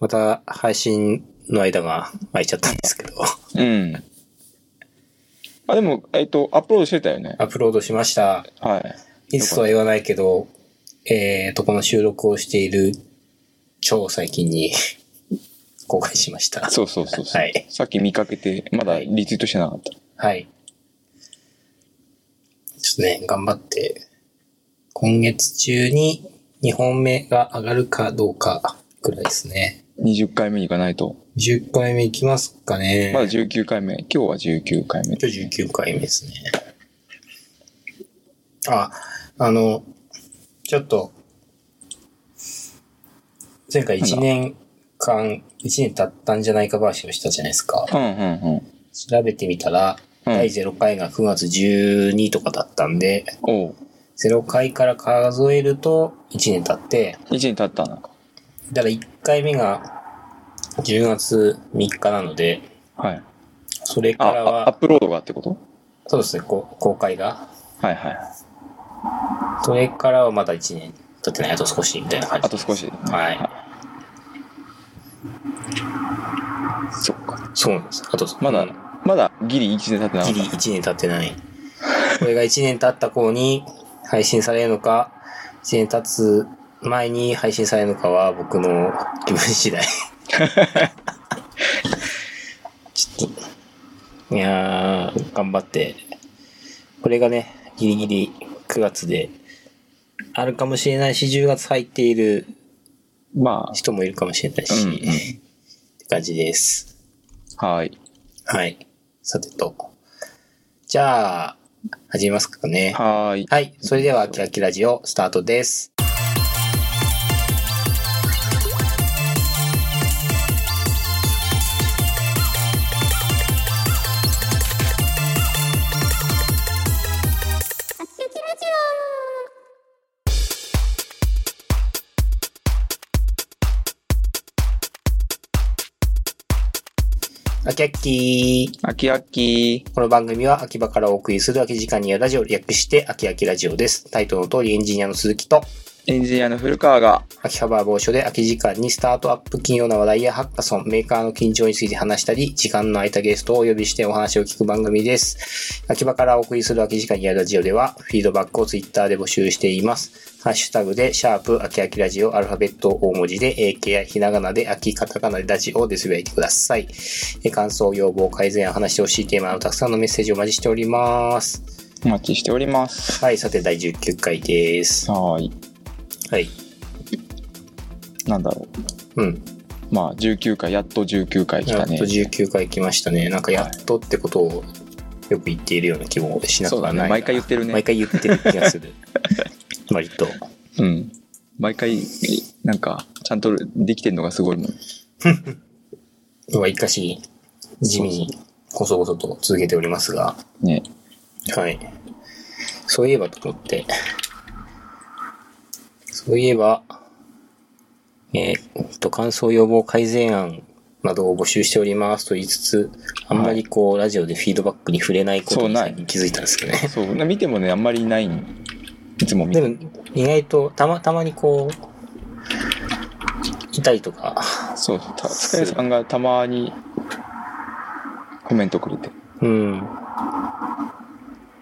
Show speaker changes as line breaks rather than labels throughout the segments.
また配信の間が空いちゃったんですけど、
うん。あ、でも、えっと、アップロードしてたよね。
アップロードしました。
はい。
いつとは言わないけど、えーと、この収録をしている超最近に 公開しました。
そうそうそうそう。
はい
さっき見かけて、まだリツイートしてなかった。
はい。ちょっとね、頑張って、今月中に2本目が上がるかどうかくらいですね。
20回目に行かないと。
10回目いきますかね。
まだ19回目。今日は19回目。
今日19回目ですね。あ、あの、ちょっと、前回
なんだ
1年間、1年経ったんじゃないか話をしたじゃないですか。
うんうんうん。
調べてみたら、
うん
第0回が9月12とかだったんで、
おう。
0回から数えると1年経って、
1年経ったな。
だから1回目が10月3日なので、
はい。
それ
あ、
から
あアッ
は、
プロードがってこと
そうですね、こう公開が
はいはい。
それからはまだ1年経ってない、あと少しみたいな感じ。
あと少し。
はい。
そっか。
そうなんです。あと、
まだ、まだギリ1年経ってなか
ギ
っ
リ1年経ってない。これが1年経った頃に配信されるのか、1年経つ前に配信されるのかは僕の気分次第。ちょっと、いやー、頑張って。これがね、ギリギリ9月で、あるかもしれないし、10月入っている
た。ま
人もいるかもしれない
あ、
し、って感じです。
うん。はい。
はい。さてと。じゃあ、始めますかね。
はーい。
はい。それでは、キラキラジオ、スタートです。あきあきー。
あきあき。
この番組は秋葉からお送りする秋時間にあるラジオ略して秋秋ラジオです。タイトルの通りエンジニアの鈴木と
エンジニアの古川が。
秋葉原某所で空き時間にスタートアップ企業の話題やハッカソン、メーカーの緊張について話したり、時間の空いたゲストをお呼びしてお話を聞く番組です。秋葉からお送りする空き時間にあるラジオでは、フィードバックをツイッターで募集しています。ハッシュタグで、シャープ、秋秋ラジオ、アルファベット大文字で、AK やひながなで、秋カタカナでラジオでつぶやいてください。え感想、要望、改善、話してほしいテーマなどたくさんのメッセージをお待ちしております。
お待ちしております。
はい、さて第19回です。
はーい。
はい。
なんだろ
うん。
う。まあ、19回、やっと19回来
や
た
っ
ね
と。19回来ましたね。なんかやっとってことをよく言っているような気もしなく
そう
はな
だ
いな、
ね。毎回言ってるね。
毎回言ってる気が する。割と。
うん。毎回、なんか、ちゃんとできてるのがすごいもん。
わりかし地味に細々と続けておりますが。
ね。
はい。そういえばと思って。そういえば、えーっと、感想予防改善案などを募集しておりますと言いつつ、あんまりこう、ラジオでフィードバックに触れないこと
そう
に
ない
最近気づいたんですけどね。
そう。な見てもね、あんまりないん。いつも見
で
て。
も、意外と、たま、たまにこう、いたりとか、
そう。たつかやさんがたまに、コメントくれて。
うん、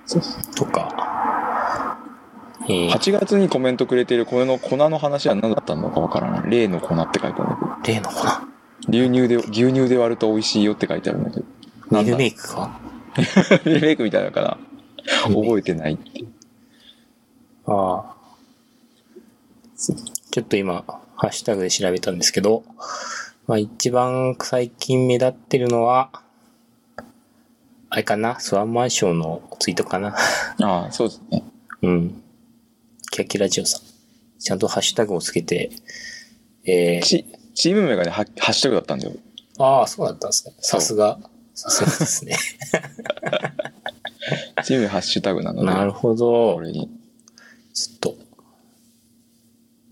そうそう。
とか、えー、
8月にコメントくれてるこの粉の話は何だったのかわからない。例の粉って書いてあるんだ
例のかな
けど。牛乳で、牛乳で割ると美味しいよって書いてあるんだけど。な
ミ
んだ
ルメイクか
ミルメイクみたいなのかな。覚えてないって。
ああ。ちょっと今、ハッシュタグで調べたんですけど、まあ一番最近目立ってるのは、あれかなスワンマンションのツイートかな
ああ、そうですね。
うん。キャキラジオさん。ちゃんとハッシュタグをつけて、えー、
チチーム名がね、ハハッシュタグだったんだよ。
ああ、そうだったんですね。
そ
さ
う
すが。さすがですね。
チーム名ハッシュタグなので。
なるほど
こ。れに。
ちょっと、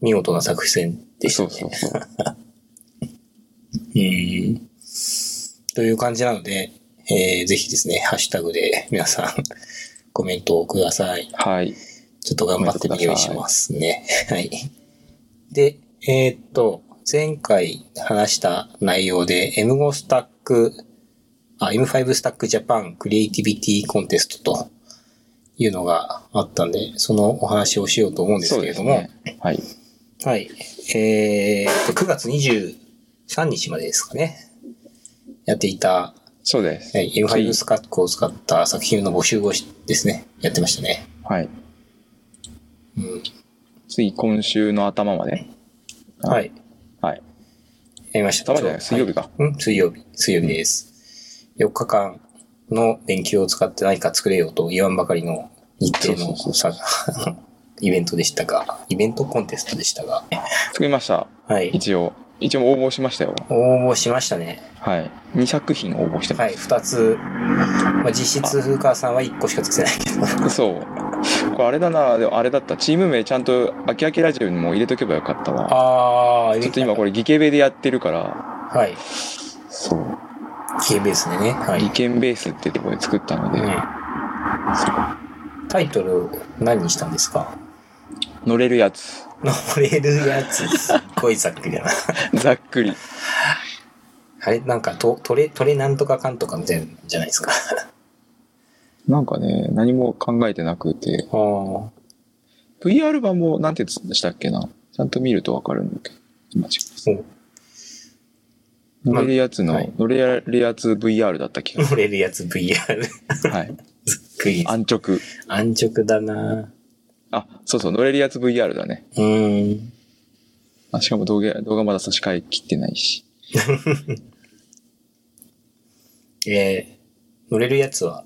見事な作戦でした
そ
ね。
うそうそう。
うん。という感じなので、えーぜひですね、ハッシュタグで皆さんコメントをください。
はい。
ちょっと頑張ってみるようにしますね。はい。で、えーっと、前回話した内容で M5 スタック、あ、M5 スタックジャパンクリエイティビティコンテストというのがあったんで、そのお話をしようと思うんですけれども、
ね。はい。
はい。えー、9月23日までですかね。やっていた、
そうです。
はい、M5 スタックを使った作品の募集をしですね、やってましたね。
はい。
うん。
つい今週の頭まで。
はい。
はい。
やりました。
頭じゃない、水曜日か。
うん、水曜日、水曜日です。4日間の連休を使って何か作れようと言わんばかりの日程の
そう
さ イベントでしたが、イベントコンテストでしたが、
作りました。
はい。
一応。一応応募しましたよ。
応募しましたね。
はい。2作品応募してま
はい、2つ。まあ、実質、風川さんは1個しか作ってないけど。
す。そう。これあれだな、でもあれだった。チーム名ちゃんと、あきあきラジオにも入れとけばよかったわ。
あー、
ちょっと今これ、ギケベでやってるから、
はい。
そう。
キーベースでね。はい。
利権ベースってとこで作ったので、
うんタイトル、何にしたんですか
乗れるやつ。
乗れるやつ、すっごいざっくりだな。
ざっくり。
あれ、なんか、と、トレ、トレなんとかかんとかみたいなんじゃないですか。
なんかね、何も考えてなくて、
ああ。
VR 版も、なんてでしたっけな。ちゃんと見るとわかるんだけど。今違
そう。
う。乗れるやつの、
はい
乗れるやつ VR だった気がす
乗れるやつ VR。
る。はい。
クイズ。
安直。
安直だな
あ、そうそう、乗れるやつ VR だね。
うーん。
あしかも動画、動画まだ差し替え切ってないし。
えー、乗れるやつは、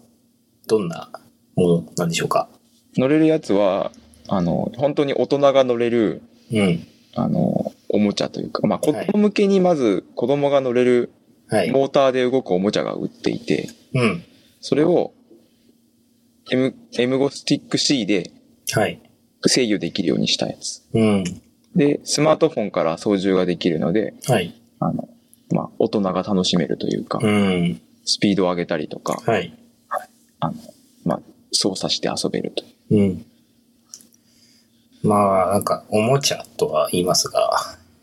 どんなものなんでしょうか
乗れるやつは、あの、本当に大人が乗れる、
うん。
あの、おもちゃというか、まあ、子
はい
供向けにまず子供が乗れる
はい。
モーターで動くおもちゃが売っていて、
うん。
それを M、M5 スティック C で
はい。
制御できるようにしたやつ。
うん。
で、スマートフォンから操縦ができるので、
はい。
あの、まあ、大人が楽しめるというか、
うん。
スピードを上げたりとか、
はい。
あの、まあ、操作して遊べるという。
うん。まあ、なんか、おもちゃとは言いますが、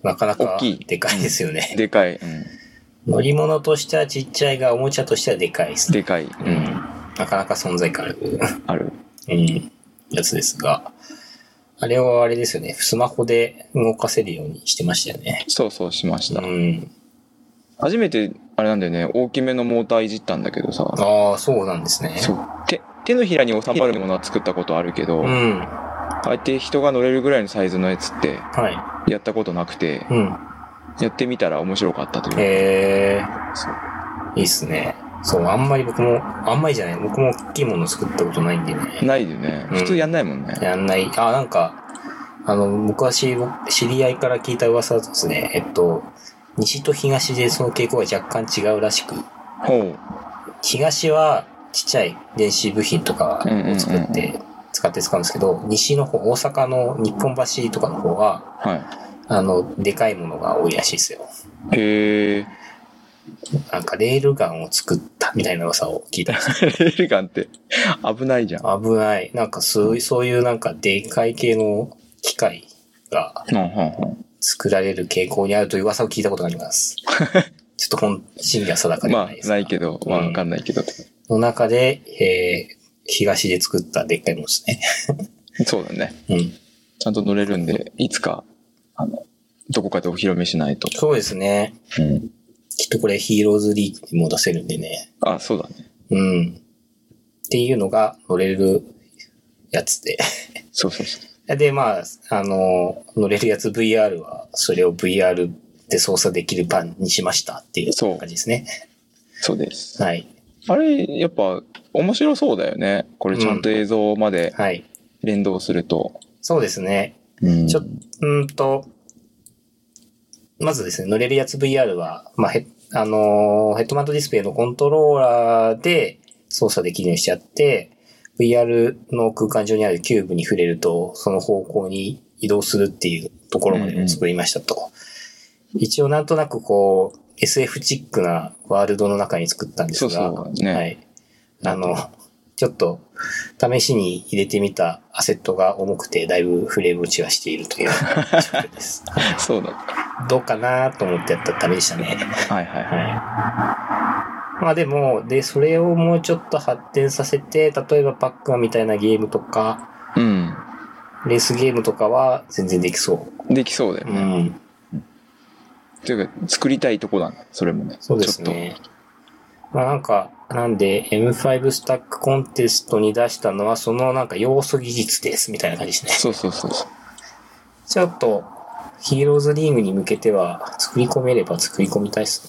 なかなか
大きい
でかいですよね。
でかい、うん、
乗り物としてはちっちゃいが、おもちゃとしてはでかいですね。
でかい、う
うん。
ん、
なかなか存在感ある。
ある。
うん、やつですが、あれはあれですよね、スマホで動かせるようにしてましたよね。
そうそうしました。
うん。
初めて、あれなんだよね、大きめのモーターいじったんだけどさ、
ああ、そうなんですね。
そう。手、手のひらに収まるものは作ったことあるけど、
うん。
あえて人が乗れるぐらいのサイズのやつって、
は
やったことなくて
い。、うん。
やってみたら面白かったという。
へえ
そう
いいっすね。そう、あんまり僕も、あんまりじゃない、僕も大きいもの作ったことないんでね。
ないよね。
うん
普通やんないもんね。
やんない。あ、なんか、あの、昔、知り合いから聞いた噂だとですね、えっと、西と東でその傾向が若干違うらしく、
ほう。
東はちっちゃい電子部品とかを作っ
うん
て、使って使うんですけど、西の方、大阪の日本橋とかの方は、
は
あの、でかいものが多いらしいですよ。
い。へえ。
なんかレールガンを作ったみたいな噂を聞いた んですよ。
レールガンって危ないじゃん。
危ない。なんかそういう、そういうなんかでかい系の機械が
うん、ほんほん。
作られる傾向にあるという噂を聞いたことがあり ます。ちょっと本心が定かでは
ま
ないで
あ、
すが。
ないけど、まあ、わかんないけど。
の中で、えー、東で作ったでっかいものですね。
そうだね。
うん。
ちゃんと乗れるんで、いつか、あの、どこかでお披露目しないと。
そうですね。
うん。
きっとこれヒーローズリーグにも出せるんでね。
あ、そうだね。
うん。っていうのが乗れるやつで。
そうそうそう。
で、まあ、あの、乗れるやつ VR は、それを VR で操作できる版にしましたっていう
そう
感じですね。
そうです。
はい。
あれ、やっぱ、面白そうだよね。これちゃんと映像まで
はい。
連動すると。
そうですね。
うん
ちょっうーんと、まずですね、乗れるやつ VR は、まあ、ヘッあのーヘッドマウントディスプレイのコントローラーで操作できるようにしちゃって、VR の空間上にあるキューブに触れると、その方向に移動するっていうところまでを作りましたと。一応なんとなくこう、SF チックなワールドの中に作ったんです
そ
が、
うそう。ね。
はい。あの、ちょっと、試しに入れてみた アセットが重くて、だいぶフレーム打ちはしているという状況です。
そうだ。
どうかなと思ってやったためでしたね。
はいはいはい。
はい。まあでも、で、それをもうちょっと発展させて、例えばパックマンみたいなゲームとか、
うん。
レースゲームとかは全然できそ
できそうだよ
う。う
ね。
ん。
というか、作りたいとこだね。それもね。
そうですね。まあなんか、なんで M5 スタックコンテストに出したのは、そのなんか要素技術です、みたいな感じですね。
ちょっと。そうそうそうそう。
ちょっと、ヒーローズリーグに向けては、作り込めれば作り込みたいです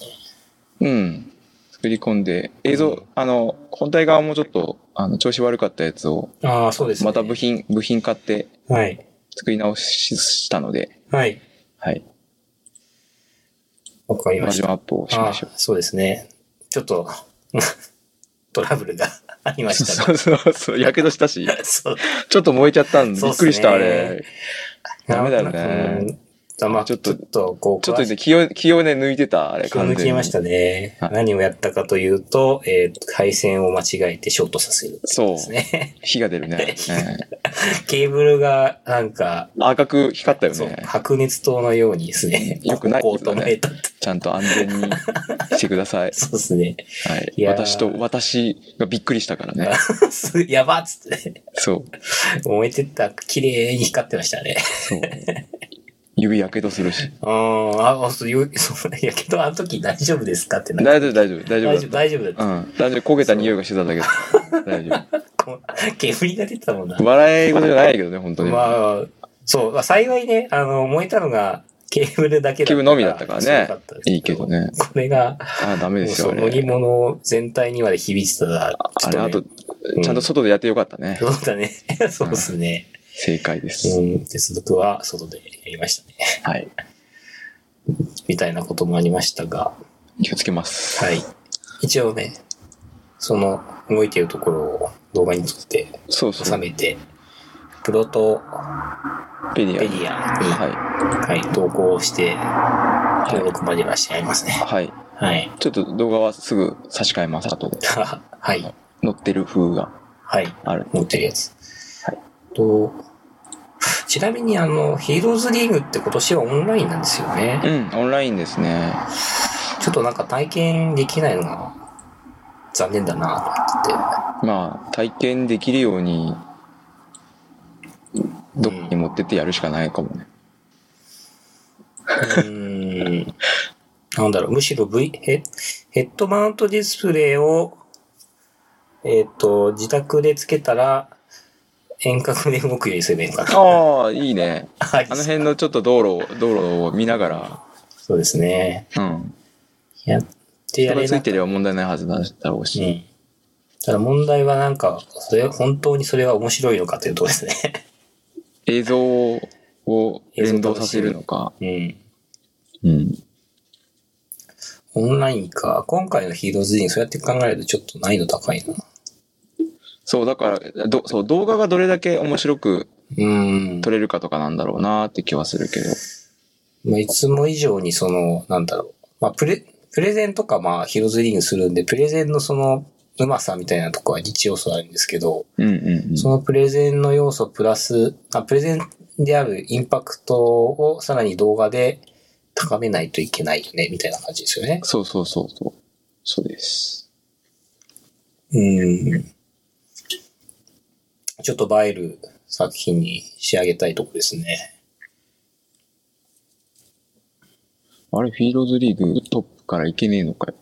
ね。
うん。作り込んで、映像、
うん
あの、本体側もちょっと、あの、調子悪かったやつを、
ああ、そうですね。
また部品、部品買って
はい。
作り直ししたので、
はい。
はい。
わかり
バー
ま
ジ
し
ョン
た。
アップをし
あ
ま
あ
しょう。
そうですね。ちょっと、 トラブルがありましたね。
そうそうそう、やけどしたし、
そう。
ちょっと燃えちゃったんで、
そうっ
びっ
す
く
ね
りした、あれ。ダメだよね
うん。だまあ、
ち
ちょ
ょっ
っ
と
と、ちょっと、こう、
ちょっとね、気を、気をね、抜いてた、あれ、
気を抜きましたね
はい。
何をやったかというと、えー配線を間違えてショートさせる。
そう
で。すね。
火が出 るね。ね
ケーブルが、なんか、
赤く光ったよ
そう
ね。
白熱灯のようにですね。
良くない
こうこうと燃えたって。。
ちゃんと安全にしてください
そうですね。
はい。
いやー
私と、私がびっくりしたからね。
す やばっつって。
そう。
燃えてった。綺麗に光ってましたね。
そう。指やけどするし。
うん。あ、そう、よ そうやけど、あの時大丈夫ですかって な
大丈夫、大丈夫、大丈
大丈夫、
夫だっ。
大丈夫だった
うん。大丈夫、焦げた匂いがしてたんだけど。大丈
た。こう煙が出てたもんな
夫。。笑い事じゃないけどね、本当に。
まあ、そう、まあ、幸いね、あの、燃えたのがケーブルだけ
気分のみだったから
そうよ
ね
かったで。す
いいけど。ね。
これが、
ああ、ダメ
も
で
う
す
そ
よ、あ
う乗り
れ。
物全体にまで響いてたら、
あれ、あと
ね、
ちゃんと外でやってよかったね。
そうだね。 そうですね。
正解です
う。ん、鉄続は外でやりましたね。
はい。
みたいなこともありましたが、
気をつけます。
はい。一応ね、その動いてるところを動画に撮って
そうそ
収
う。
めて、プロト
ペディア。
ペディアに、は、
はい
投稿して、登録まではしてありますね
い。。はい。
はい。
ちょっと動画はすぐ差し替えます、後で。
はい。
乗ってる風が
はい。
ある。
持ってるやつ。
はい
と、ちなみにあの、ヒーローズリーグって今年はオンラインなんですよね
う。ん、オンラインですね。
ちょっとなんか体験できないのが残念だなと思って
まあ、体験できるように、どっかに持ってってやるしかないかもね。
て。うーん。なんだろう、むしろ V、ヘヘッドマウントディスプレイを、えっ、と、自宅でつけたら、遠隔で動くようにすればいいのかな。
ああ、 いいね。
はい
あの辺のちょっと道路を、道路を見なが
そうですね。
ら、うん。
やってや
人が
れ
つい
な
てれば問題ないはずだろう
う
し。
ん。ただ問題はなんか、それ、本当にそれは面白いのかというところですね。
映像を連動させるのか。
うん。
うん。
オンラインか。今回のヒーローズリーグ、そうやって考えるとちょっと難易度高いな。
そう、だから、どそう、動画がどれだけ面白く
うん。
撮れるかとかなんだろうなって気はするけど。
まあ、いつも以上にその、なんだろう。まあ、プレ、プレゼンとかまあ、ヒロズリーグするんで、プレゼンのその、うまさみたいなとこは日要素あるんですけど、
うんうんうん。
そのプレゼンの要素プラス、あプレゼンであるインパクトをさらに動画で高めないといけないよね、みたいな感じですよね。
そうそうそうそう。そうです。
うん。ちょっと映える作品に仕上げたいとこですね。
あれ、フィールドズリーグトップからいけねえのかよ。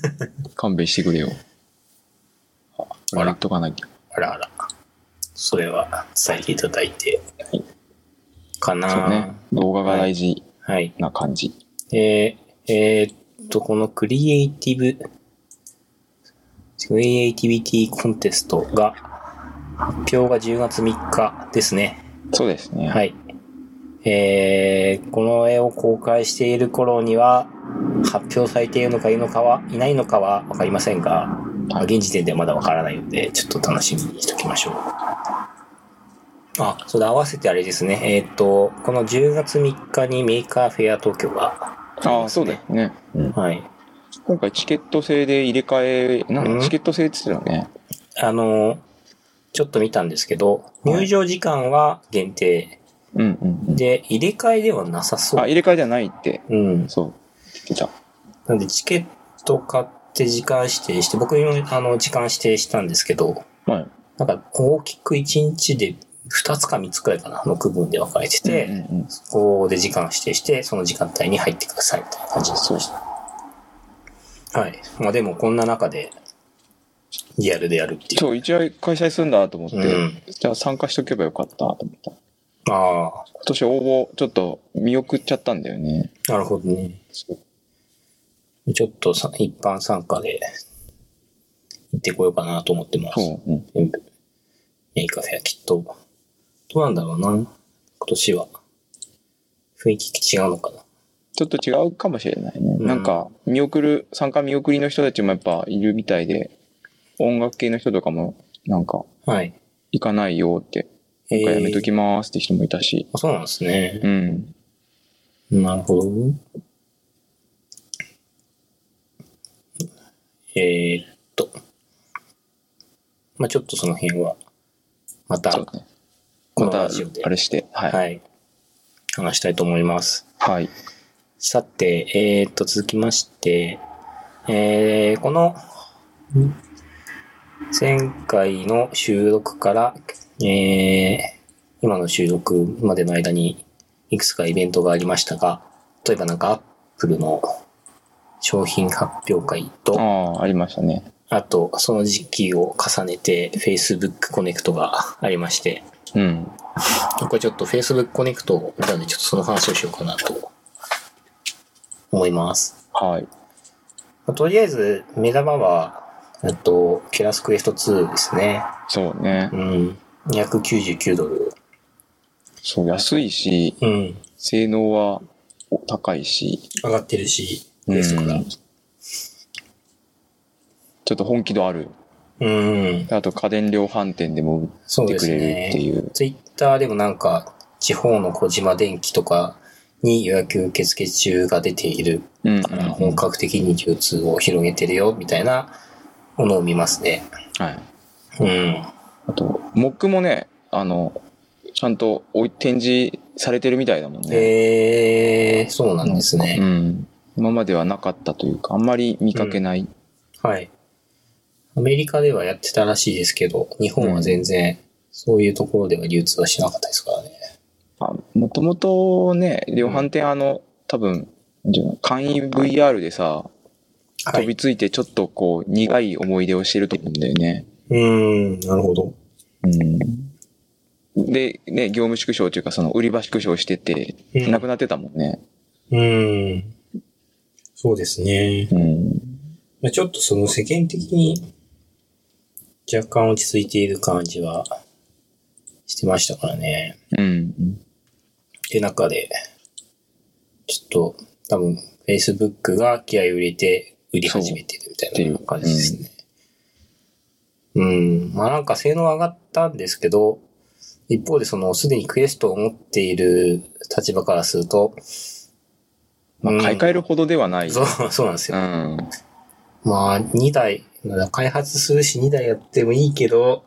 勘弁してくれよ。あ
あら
言っとかなきゃ。
あらあら。それは伝えていただいて。かな
そうね。動画が大事
はい。
な感じ。
えーえーっと、このクリエイティブ、クリエイティビティコンテストが、発表が10月3日ですね。
そうですね。
はい。えー、この絵を公開している頃には、発表されているのかいのかは、いないのかはわかりませんが、まあ現時点ではまだわからないので、ちょっと楽しみにしておきましょう。あ、それ合わせてあれですね。えーっ、と、この10月3日にメーカーフェア東京が、
ああ、そうだよね。
はい。
今回チケット制で入れ替え、なん
うん
チケット制って言ってたよね。
あの、ちょっと見たんですけど、
はい
入場時間は限定、
うんうん
で、入れ替えではなさ
うん。
そ
あ、
う。
入れ替えじゃないって。
うん。
そう。出た。
なんで、チケット買って時間指定して、僕今、あの、時間指定したんですけど、
はい。
なんか大きく1日で2つか3つくらいかな、の区分で分かれてて、
うんうんうん、
そこで時間指定して、その時間帯に入ってくださいみたいな感じです。
そう。
はい。まあでも、こんな中で、リアルでやるっていう。
そう、一応開催するんだと思って、
うん
じゃあ参加しとけばよかったと思った。
あ
今年応募ちょっと見送っちゃったんだよね。
あ、なるほどね。
そう
ちょっとさ一般参加で行ってこようかなと思ってます。
そう、うん。
全部。メイカフェはきっと。どうなんだろうな。今年は。雰囲気違うのかな。
ちょっと違うかもしれないね。
うん
なんか、見送る、参加見送りの人たちもやっぱいるみたいで、音楽系の人とかも、なんか、
はい。
行かないよって、
え
なんかやめと
ー、
きますって人もいたし、
あそうなんですね。
うん。
なるほど。えー、っと。まあちょっとその辺は、また
そう、ね。
こ
ま
の
た
ラジオで、、
あれして、はい。はい。
はい。話したいと思います。さて、えー、っと、続きまして、えー、この、前回の収録から、えー、今の収録までの間に、いくつかイベントがありましたが、例えばなんか、アップルの商品発表会
あ
と、
あ、ありましたね。
あと、その時期を重ねて、Facebook コネクトがありまして、
うん。
これちょっと Facebook コネクトなんで、ちょっとその話をしようかなと、思います。
はい。
まあとりあえず、目玉は、えっと、ケラスクエスト2ですね。
そうね
う。ん。299ドル。
そう、安いし、
うん。
性能は高いし、
上がってるし、
うん
ですから。
ちょっと本気度ある。
うん。
あと家電量販店でも
そ
売っ
うで
てく
す
れるって
ね。
いう。
ツイッターでもなんか、地方の小島電機とかに予約受付中が出ている
うんうん
から、
うん
本格的に流通を広げてるよ、みたいなものを見ますね。
はい。
うん。
あと、モックもね、あの、ちゃんと置い展示されてるみたいだもんね。
えー、そうなんですね。
うん。今まではなかったというか、あんまり見かけない。
はい。アメリカではやってたらしいですけど、日本は全然、そういうところでは流通はしなかったですからね。
あもともとね、量販店、あの、多分、なんていうの簡易 VR でさ、
は
飛
い。
びついてちょっとこう、苦い思い出をしてると思うんだよね。
うーん、なるほど。
うん。で、ね、業務縮小というか、その売り場縮小してて、
うん
なくなってたもんね。
うーん。そうですね。
うん。
まあちょっとその世間的に、若干落ち着いている感じは、してましたからね。
うん。
って中で、ちょっと、多分、Facebook が気合を入れて売り始めてるみたいな感じですね。うん。まあなんか性能上がったんですけど、一方でその、すでにクエストを持っている立場からすると、
まあ、買い替
え、
えるほどではない。
そう、そうなんです
う
よ。
ん。
まあ、2台、開発するし2台やってもいいけど、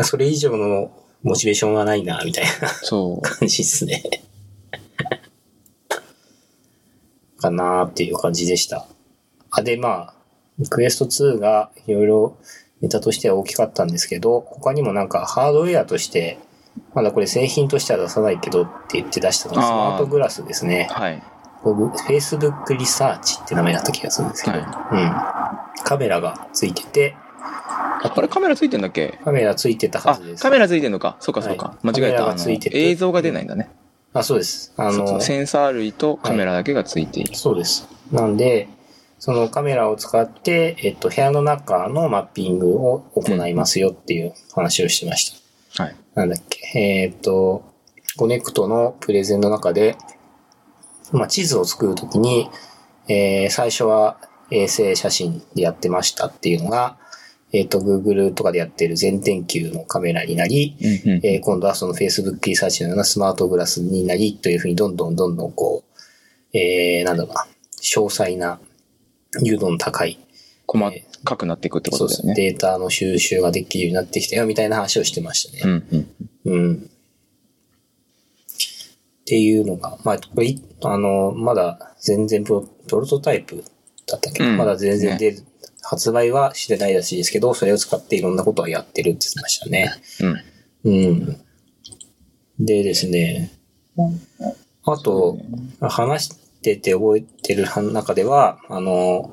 それ以上のモチベーションはないな、みたいな。
そう。
感じですね。かなーっていう感じでした。あ、で、まあ、クエスト2がいろいろネタとしては大きかったんですけど、他にもなんかハードウェアとして、まだこれ製品としては出さないけどって言って出したのが
あー
スマートグラスですね。
はい。
僕、Facebook リサーチって名前だった気がするんですけど、
は
うん。カメラがついてて、
い。これカメラついてんだっけ
カメラついてたは
あ
ずで、す。
カメラついてんのか。そうかそう
は
か。
い
間違え
カメラ
た。
が
あ
つい
の
てて
映像が出ないんだね。
あ、そうです。あ
そうそ
の
う、センサー類とカメラだけがついている。
そうです。なんで、そのカメラを使って、えっと、部屋の中のマッピングを行いますよっていう話をしてました。
はい。
なんだっけ。えーっと、コネクトのプレゼンの中で、まあ、地図を作るときに、えー最初は衛星写真でやってましたっていうのが、えーっと、Google とかでやってる全天球のカメラになり、
うんうん
えー今度はその Facebook リサーチのようなスマートグラスになりというふうにどんどんどんどんこう、えー、なんだろうな、詳細な誘導の高い、
細かくなっていくってこ
そ
と
うで
だ
す
よね。
データの収集ができるようになってきたよみたいな話をしてました
う
ね。
んうん。
うん。っていうのが、まあ、これい、あの、まだ全然プロプロトタイプだったっけ、
うん
まだ全然出る、発売はしてないらしいですけど、それを使っていろんなことをやってるって言ってましたね。
うん。
うん。でですね、あと、話してて覚えてる中では、あの、なんだ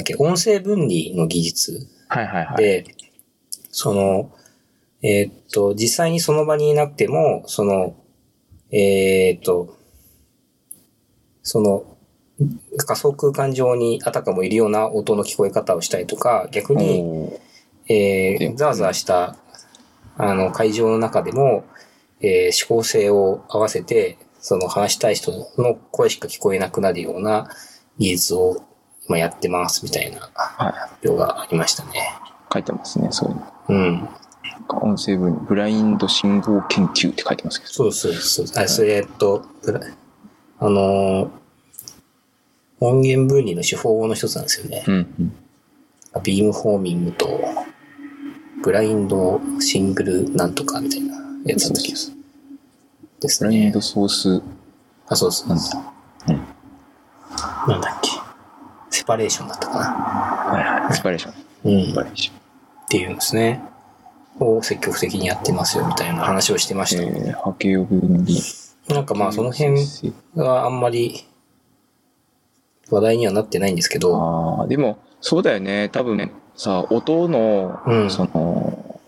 っけ、音声分離の技術
はいはいはい。
で、その、えーっと、実際にその場にいなくても、その、えーっと、その、仮想空間上にあたかもいるような音の聞こえ方をしたりとか、逆に、
おー
え
で
ー、ザーザーした、あの、会場の中でも、えー、指向性を合わせて、その話したい人の声しか聞こえなくなるような技術を今やってますみたいな
は
発表がありましたね。
い。書いてますね、そういうの。
うん。
なんか音声文、ブラインド信号研究って書いてますけど。
そうそうそう。あ、それ、えっと、ブラあのー音源分離の手法の一つなんですよね。
うんうん。
ビームフォーミングと、ブラインドシングルなんとかみたいなやつだった気がする。です
ブ
ね。
ラインドソース
あ、そうそう
なん
そ
だ。うん。
う。なんだっけ。セパレーションだったかな。
はいはい。インスパレーション。
うん。
インス
っ
パレーシ
ていうんですね。を積極的にやってますよみたいな話をしてまし
ョ
た。
ン。えー、波形を分離。
なんかまあその辺があんまり話題にはなってないんですけど、
ああ、でも、そうだよね。多分ね、さ、音の、
うん
その、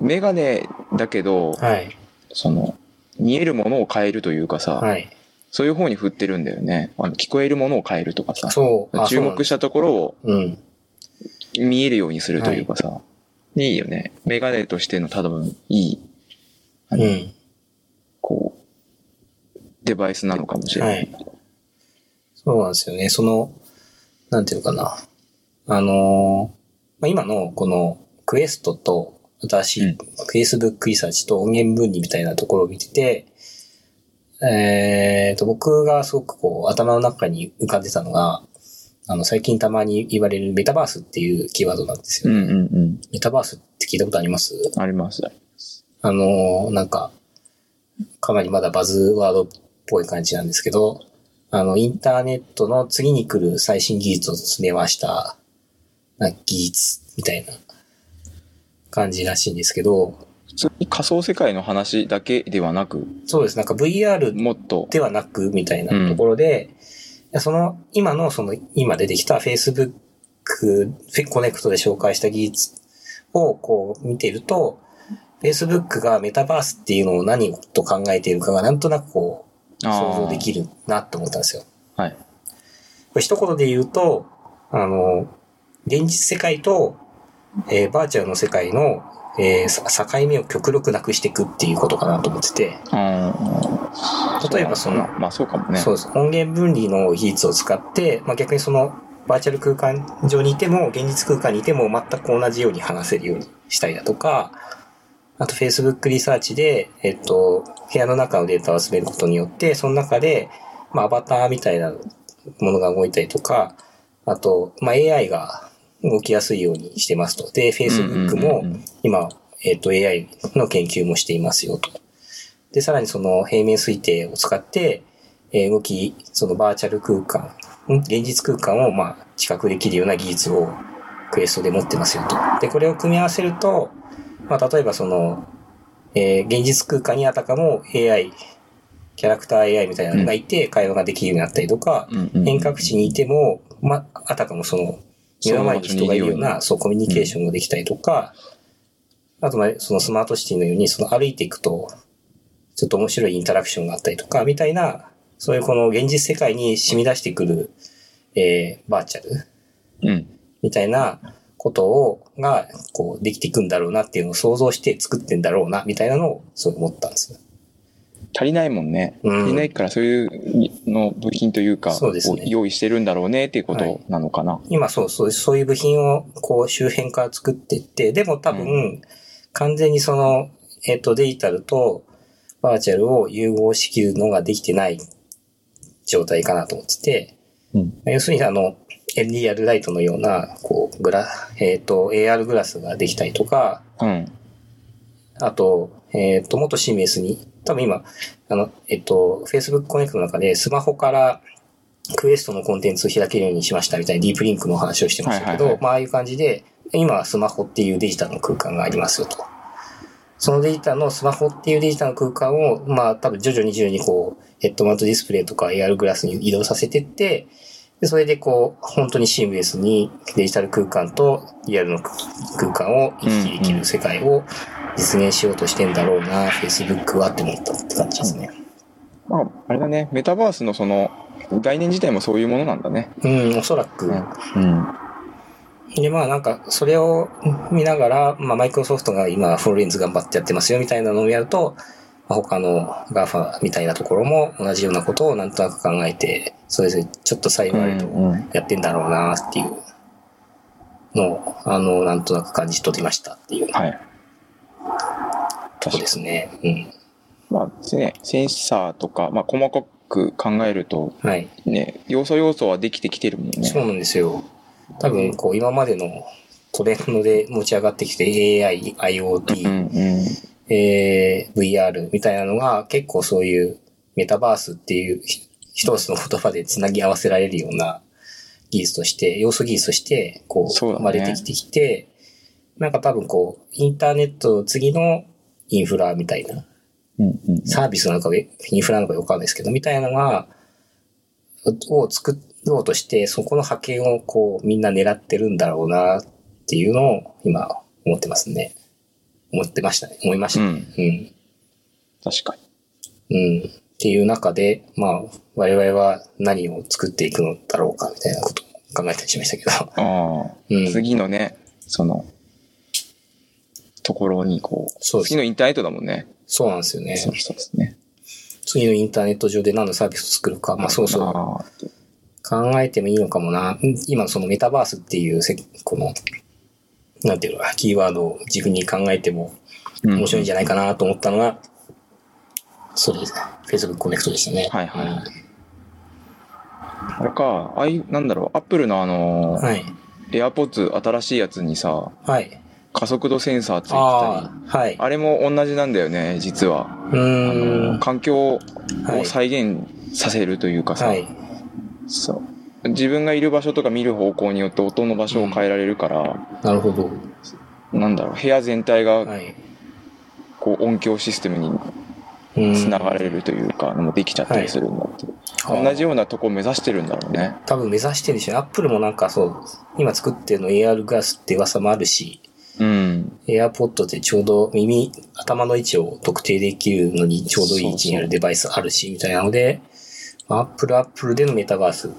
メガネだけど、
はい。
その、見えるものを変えるというかさ、
はい。
そういう方に振ってるんだよね。あの聞こえるものを変えるとかさ、
そう。あ
注目したところを
そうなんだ
見えるようにするというかさ、い、いよね。メガネとしての多分いい、
うん。うん。
こう、デバイスなのかもしれない。
はいそうなんですよね。その、なんていうのかな。あのーまあ、今のこのクエストと、私、
うん
Facebook リサーチと音源分離みたいなところを見てて、えー、と、僕がすごくこう頭の中に浮かんでたのが、あの、最近たまに言われるメタバースっていうキーワードなんです
う
よ。
んうんうん。
メタバースって聞いたことあります
あります。
あのーなんか、かなりまだバズワードっぽい感じなんですけど、あの、インターネットの次に来る最新技術を詰めました、なんか技術みたいな感じらしいんですけど、
普通に仮想世界の話だけではなく、
そうです。なんか VR
もっと、
ではなくみたいなところで、その、今のその、今出てきた Facebook コネクトで紹介した技術をこう見てると、Facebook がメタバースっていうのを何と考えているかがなんとなくこう、想像でき
る。
るなと思ったんですよ。
はい。
これ一言で言うと、あの、現実世界と、えーバーチャルの世界の、えーさ境目を極力なくしていくっていうことかなと思ってて、
あー
例えばその、
まあそうかもね。
そうです。音源分離の技術を使って、まあ、逆にそのバーチャル空間上にいても、現実空間にいても全く同じように話せるようにしたりだとか、あと Facebook リサーチで、えっと、部屋の中のデータを集めることによって、その中で、まあ、アバターみたいなものが動いたりとか、あと、まあ、AI が動きやすいようにしてますと。で、Facebook も
うんうんうんうん
今、えっと、AI の研究もしていますよと。で、さらにその平面推定を使って、えー動き、そのバーチャル空間、ん現実空間をまあ、知覚できるような技術をクエストで持ってますよと。で、これを組み合わせると、まあ、例えばその、えー現実空間にあたかも AI、キャラクター AI みたいなのがいて会話ができるようになったりとか、
うんうん
遠隔地にいても、まあ、あたかもその、目の前に人がいるよう
その場所にいるよう
な、そう、コミュニケーションができたりとか、あと、まあ、そのスマートシティのように、その歩いていくと、ちょっと面白いインタラクションがあったりとか、みたいな、そういうこの現実世界に染み出してくる、えーバーチャル
うん。
みたいなことを、が、こう、できていくんだろうなっていうのを想像して作ってんだろうな、みたいなのを、そう思ったんですよ。
足りないもんね。
うん
足りないからそういうの部品というか、
そうですね
を用意してるんだろうねっていうことなのかな。
今そうそう、そういう部品をこう周辺から作ってって、でも多分、
う
完全にその、えっ、と、デジタルとバーチャルを融合しきるのができてない状態かなと思ってて、
うん。
要するにあの、NDR ライトのような、こう、グラ、えっ、と、AR グラスができたりとか、
うん。
あと、えっ、と、元シーメンスに、多分今、あの、えっ、と、Facebook コネクトの中でスマホからクエストのコンテンツを開けるようにしましたみたいなディープリンクの話をしてましたけど、
はいはいはい
まあ、ああいう感じで、今はスマホっていうデジタルの空間がありますよと。そのデジタルのスマホっていうデジタルの空間を、まあ多分徐々に徐々にこう、ヘッドマウントディスプレイとか AR グラスに移動させてって、でそれでこう、本当にシームレスにデジタル空間とリアルの空間を行き来できる世界を実現しようとしてんだろうな、Facebook はって思ったって感じですね。
まあ、あれだね、メタバースのその、概念自体もそういうものなんだね。
うん、おそらく。
うん。
で、まあなんか、それを見ながら、まあマイクロソフトが今フルレンズ頑張ってやってますよみたいなのをやると、まあ他の GAFA みたいなところも同じようなことをなんとなく考えて、それぞれちょっと幸いと
うん。
やってんだろうなっていうのを、あの、なんとなく感じ取りましたっていうと
はい。
こですね。うん。
まあですね、センサーとか、まあ細かく考えると、
はい。
ね、要素要素はできてきてるもんね。
そうなんですよ。多分、こう、今までのトレンドで持ち上がってきて AI、IoT、
うんうん。
えー VR みたいなのが結構そういうメタバースっていうひ一つの言葉でつなぎ合わせられるような技術として、要素技術として、こう、
そうだ
生
ね
まれてきてきて、なんか多分こう、インターネットの次のインフラみたいな、
うんうん。
サービスなのかウェインフラなのかよくわかんないですけど、みたいなのが、を作ろうとして、そこの派遣をこう、みんな狙ってるんだろうなっていうのを今思ってますね。思ってましたね。思いました
う
ね。
ん。
うん
確かに。
うん。っていう中で、まあ、我々は何を作っていくのだろうか、みたいなことを考えたりしましたけど。
ああ、
うん
次のね、その、ところにこう、
そうです
次のインターネットだもんね。
そうなんですよね。
そうそうですね。
次のインターネット上で何のサービスを作るか、まあそうそう。
ああ
考えてもいいのかもな。うん今そのメタバースっていうせ、この、なんていうのかな、キーワードを自分に考えても
うん
面白いんじゃないかなと思ったのが、そうですね。Facebook コネクトでしたね。
はいはい
うん
あれか、ああいう、なんだろう、アップルのあの、
はい。
エアポッツ新しいやつにさ、
はい。
加速度センサーついてたり、
あ
あ
あ、はい。
れも同じなんだよね、実
う
は。あ
ー
の
ん。
環境を
はい
再現させるというかさ、
はい。
そう自分がいる場所とか見る方向によって音の場所を変えられるから、
なるほど。
なんだろう、部屋全体が
はい。
こう音響システムにつながれるというか、のもできちゃったりするんだって、
うん
同じようなとこを目指してるんだろうね。
多分目指してるし、アップルもなんかそう、今作ってるの AR ガスって噂もあるし、
うん。
AirPod でちょうど耳、頭の位置を特定できるのにちょうどいい位置にあるデバイスあるし、みたいなので、アップルアップルでのメタバース、う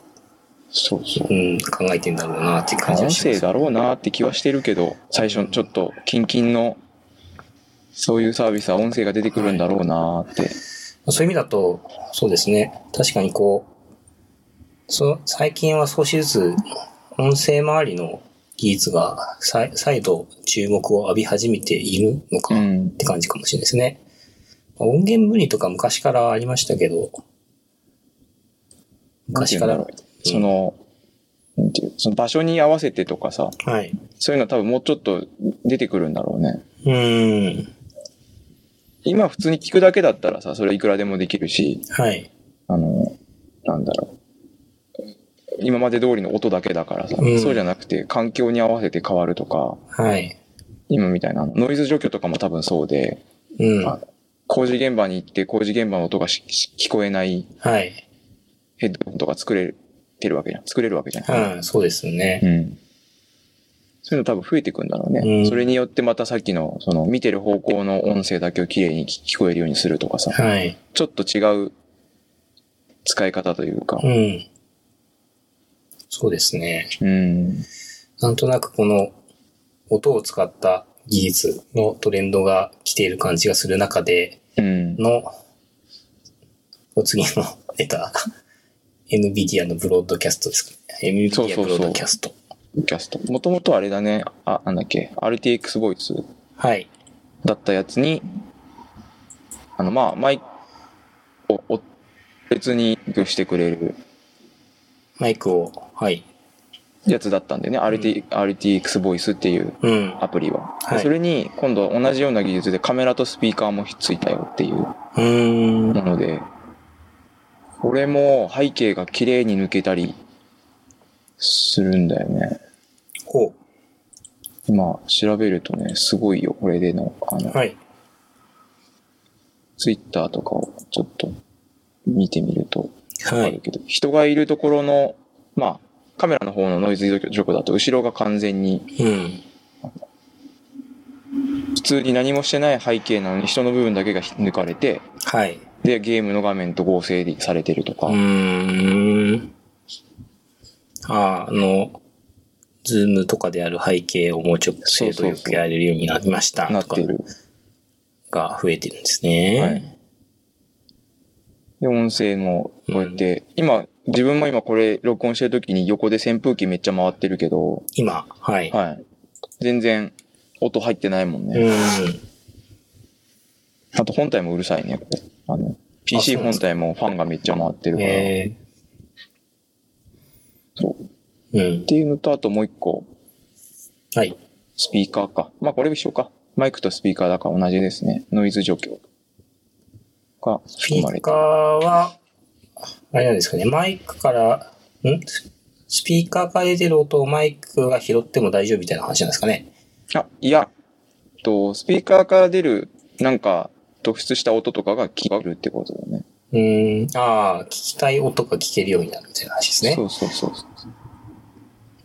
そうそう。
ん、考えてんだろうなっていう感じが
音
しま
声
す。
だろうなって気はしてるけど、最初ちょっとキンキンの、そういうサービスは音声が出てくるんだろうなって。
そういう意味だと、そうですね。確かにこう、その最近は少しずつ音声周りの技術が再再度注目を浴び始めているのか、
うん
っ。て感じかもしれないですね。まあ音源分離とか昔からありましたけど、昔から。
なんていうんだろうその、なんていう、その場所に合わせてとかさ、
はい。
そういうのは多分もうちょっと出てくるんだろうね。
うーん。
今普通に聞くだけだったらさ、それいくらでもできるし、
はい。
あの、なんだろう。今まで通りの音だけだからさ、
うん
そうじゃなくて環境に合わせて変わるとか、
はい。
今みたいなノイズ除去とかも多分そうで、
うん。
あ工事現場に行って工事現場の音がしし聞こえない
はい。
ヘッドホンとか作れてるわけじゃん。作れるわけじゃん。
うん、そうですよね。
うん。そういうの多分増えてくんだろうね。
うん
それによってまたさっきの、その見てる方向の音声だけをきれいに聞聞こえるようにするとかさ、
はい。
ちょっと違う使い方というか
う、ん。そうですね。
うん。
なんとなくこの音を使った技術のトレンドが来ている感じがする中で、
うん。
の、お次の ネタ、NVIDIA のブロードキャストですかね。
そうそ
NVIDIA
う
ブ
そ
ロ
う
ードキャスト。
キャスト。もともとあれだね、あ、なんだっけ、RTX ボイス
はい。
だったやつに、あの、まあ、マイクをを別にしてくれる
マイクを、はい。
やつだったんだよね。RT、RTX ボイスっていう
うん。
アプリは。で
はい
それに、今度同じような技術でカメラとスピーカーもひっついたよっていう
うーん。
もので、これも背景が綺麗に抜けたりするんだよね。
ほ
今、調べるとね、すごいよ、これでの、あの
う。、はい。
ツイッターとかをちょっと見てみると
は
わかる
い。
けど、人がいるところの、まあ、カメラの方のノイズ除去だと、後ろが完全に
うん。
普通に何もしてない背景なのに人の部分だけが抜かれて、
はい。
で、ゲームの画面と合成されてるとか、
うーん。ああの、ズームとかである背景をもうちょっと精度よくやれるようになりました
な
と
っ
か
てる。
が増えてるんですね。
はい。で、音声もこうやって、今、自分も今これ録音してる時に横で扇風機めっちゃ回ってるけど、
今、はい。
はい。全然音入ってないもんね。
うん。
あと本体もうるさいね、これあの、PC
そうなんで
本
す
体もファンがめっちゃ回ってるから。
え
そう。っ
ー、うん。
ていうのと、あともう一個、
はい。
スピーカーか。まあこれ一緒か。マイクとスピーカーだから同じですね。ノイズ除去が
スピ
含ま
ー
れて
カー
る。
は、あれなんですかね、マイクから、んススピーカーから出てる音をマイクが拾っても大丈夫みたいな話なんですかね。
あ、いや、と、スピーカーから出る、なんか、突出した音とかが聞こえるってことだね。
うーん、ああ、聞きたい音が聞けるようになるみたいな話ですね。
そうそうそうそう。
うん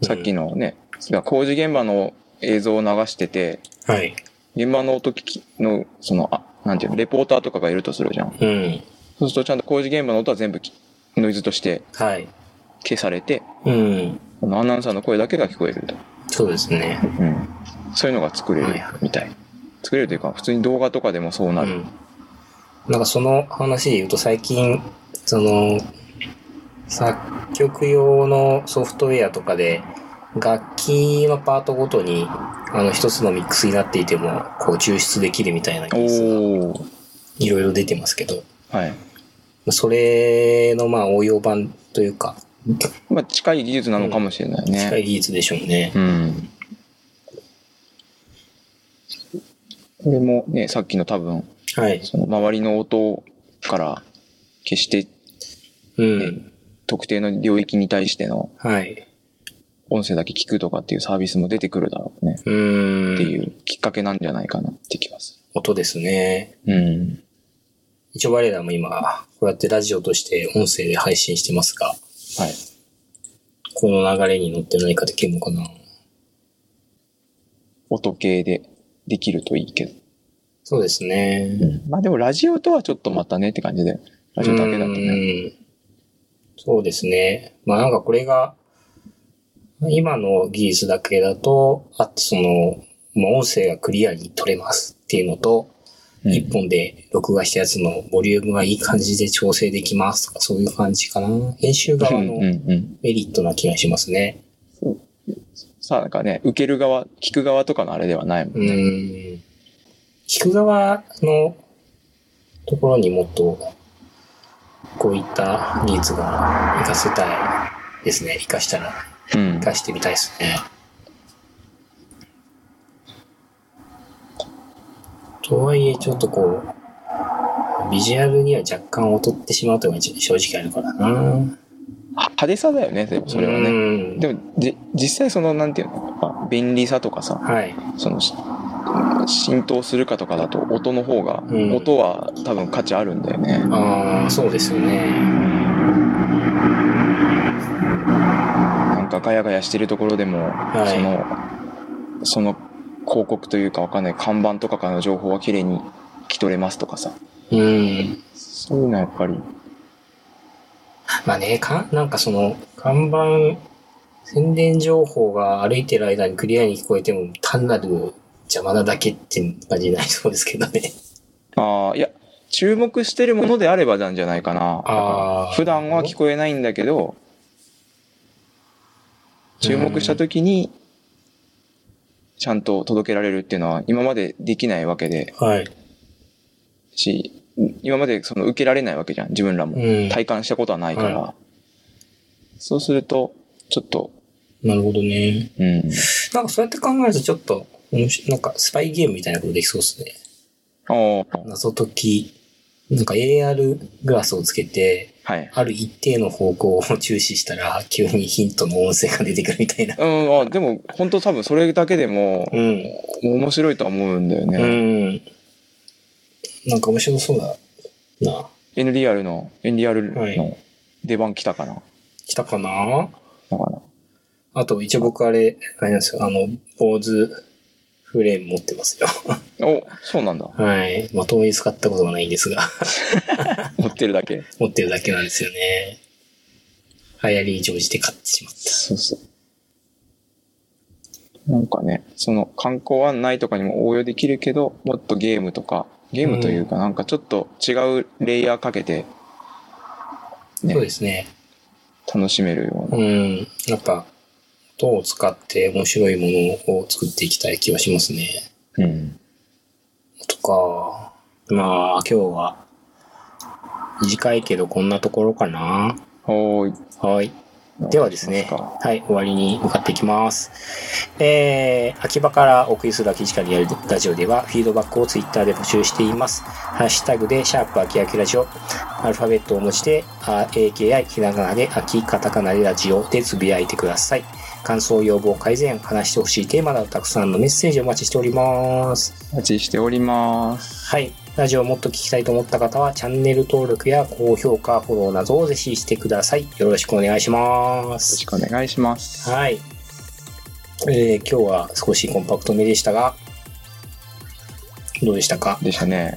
さっきのね、工事現場の映像を流してて、
はい。
現場の音聞きの、その、あ、なんていうの、レポーターとかがいるとするじゃん。
うん。
そうするとちゃんと工事現場の音は全部きノイズとして
はい。
消されて、
うん。
あのアナウンサーの声だけが聞こえると。
そうですね。
うん。そういうのが作れる
はいはい
みたい。作れるというか、普通に動画とかでもそうな
う
る。
ん。なんかその話で言うと最近、その、作曲用のソフトウェアとかで、楽器のパートごとに、あの、一つのミックスになっていても、こう、抽出できるみたいな技術が
おー。
いろいろ出てますけど、
はい。
それの、まあ、応用版というか、
まあ、近い技術なのかもしれないね。
近い技術でしょうね。
うん。これもね、さっきの多分、
はい。
その周りの音から消して
うん。
特定の領域に対しての
はい。
音声だけ聞くとかっていうサービスも出てくるだろうね。
う
ってい
ん。
うきっかけなんじゃないかなって気がす
音ですね。
る。うん。
一応我らも今、こうやってラジオとして音声で配信してますが、
はい。
この流れに乗って何かできるのかな
音系でできるといいけど。
そうですね。
まあでもラジオとはちょっとまたねって感じで。ラジオだけだとね。
うんそうですね。まあなんかこれが、今の技術だけだと、あとその、まあ音声がクリアに取れますっていうのと、
うん
一本で録画したやつのボリュームがいい感じで調整できますとか、そういう感じかな。編集側
うん
の
うん
メ
うん。
リットな気がしますね。
さあなんかね、受ける側、聞く側とかのあれではないも
うん
ね。
ん。聞く側のところにもっと、こういった技術が活かせたいですね。活かしたら、
うん
活。かしてみたいですね。とはいえ、ちょっとこう、ビジュアルには若干劣ってしまうというのが正直あるからな。
は派手さだよね、でもそれはね。
ね
でも、じ、実際その、なんていうの、やっぱ便利さとかさ、
はい。
その、し浸透するかとかだと音の方が、
うん
音は多分価値あるんだよね。
ああ、そうですよね。
なんかガヤガヤしてるところでも、
い
その、その広告というかわかんない看板とかからの情報は綺麗に聞き取れますとかさ。
うん。
そういうのはやっぱり、
まあね、か、なんかその、看板、宣伝情報が歩いてる間にクリアに聞こえても、単なる邪魔なだけって感じになりそうですけどね。
ああ、いや、注目してるものであればなんじゃないかな。
あー
普段は聞こえないんだけど、注目した時に、ちゃんと届けられるっていうのは今までできないわけで、
はい。
し、今までその受けられないわけじゃん、自分らも。
うん。
体感したことはないから、そうすると、ちょっと
なるほどね。
うん。
なんかそうやって考えるとちょっと、面白いなんかスパイゲームみたいなことできそうですね。
ああ、
謎解き、なんか AR グラスをつけて、
はい。
ある一定の方向を注視したら、急にヒントの音声が出てくるみたいな。
うん、あでも、本当多分それだけでも、
うん。
面白いとは思うんだよね。
うん。なんか面白そうだな。
NDR の、
は
NDR
い
の出番来たかな、
来たかな
だから。
あと、一応僕あれ、あれなんですよ。あの、坊主フレーム持ってます よ。
お、そうなんだ。
はい。まともに使ったことがないんですが、
持ってるだけ。
持ってるだけなんですよね。流行りに乗じて買ってしまった。
そうそう。なんかね、その観光案内とかにも応用できるけど、もっとゲームとか、ゲームというかなんかちょっと違うレイヤーかけて、ね
そう、ですね。
楽しめるような。
うん。やっぱ、音を使って面白いものを作っていきたい気はしますね。
うん。
とか、まあ、今日は、短いけどこんなところかな。
おーい。
はい。ではですね、
どうします
はい、終わりに向かっていきます。えー、秋葉からお送りする秋近にやるラジオでは、フィードバックをツイッターで募集しています。ハッシュタグで、シャープ秋秋ラジオ、アルファベットを文字で、あ AKI ひらがなで、秋カタカナでラジオでつぶやいてください。感想、要望、改善、話してほしいテーマなどたくさんのメッセージをお待ちしております。
お待ちしております。
はい。ラジオをもっと聞きたいと思った方は、チャンネル登録や高評価、フォローなどをぜひしてください。よろしくお願いしま
よろ
す
し。くお願いします。
はい。えー、今日は少しコンパクトめでしたが、どうでしたか
でしたね。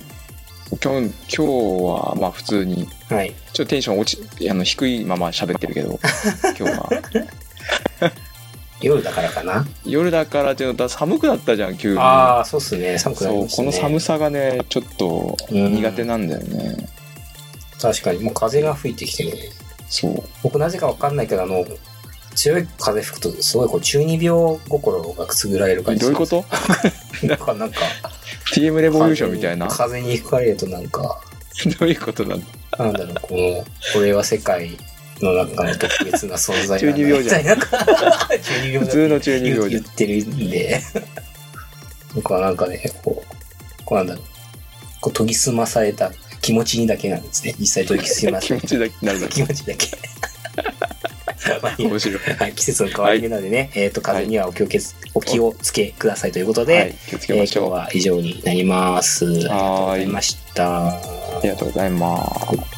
今日、今日は、まあ普通に、
はい。
ちょっとテンション落ち、あの、低いまま喋ってる けど、今日は。
夜だからかな。
夜だからっていうのと寒くなったじゃん、急に。
ああ、そうっすね。寒くなり
そう、
ました
こ
ね。
の寒さがね、ちょっと
うん
苦手なんだよね。
確かに、もう風が吹いてきてるね。
そう。
僕なぜかわかんないけど、あの、強い風吹くと、すごいこう、中二病心がくすぐられる感じ
どういうこと
となんか、なんか、
?TM レボリューションみたいな。ど
風に吹かれるとなんか、
ういうこ となの
なんだろう、この、俺は世界の中の特別な存在なんだ
中二病じゃん
みたいな。 中二病
普
じゃん
通の中二
言う
病
言
で
っ。てるんで、僕はなんかね、こう、こうなんだろう、こう研ぎ澄まされた気持ちにだけなんですね。実際研ぎ澄ま
気
さ
持
れ
ちだけなる
た
だ
気持ちだけ。まあい
け。
いや
面白い。
はい、季節の変わり目なのでね、えっ、と、風邪にはお気をけお気をつけくださいということで、
はい、気をつ
え
け
ー
ま
今
し
日
ょう。あ
は以上になります。ありがとうございました。
りがとうございます。